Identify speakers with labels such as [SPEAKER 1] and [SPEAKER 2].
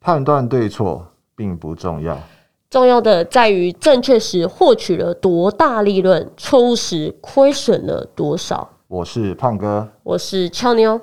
[SPEAKER 1] 判断对错并不重要。
[SPEAKER 2] 重要的在于正确时获取了多大利润，错误时亏损了多少。
[SPEAKER 1] 我是胖哥，
[SPEAKER 2] 我是俏妞。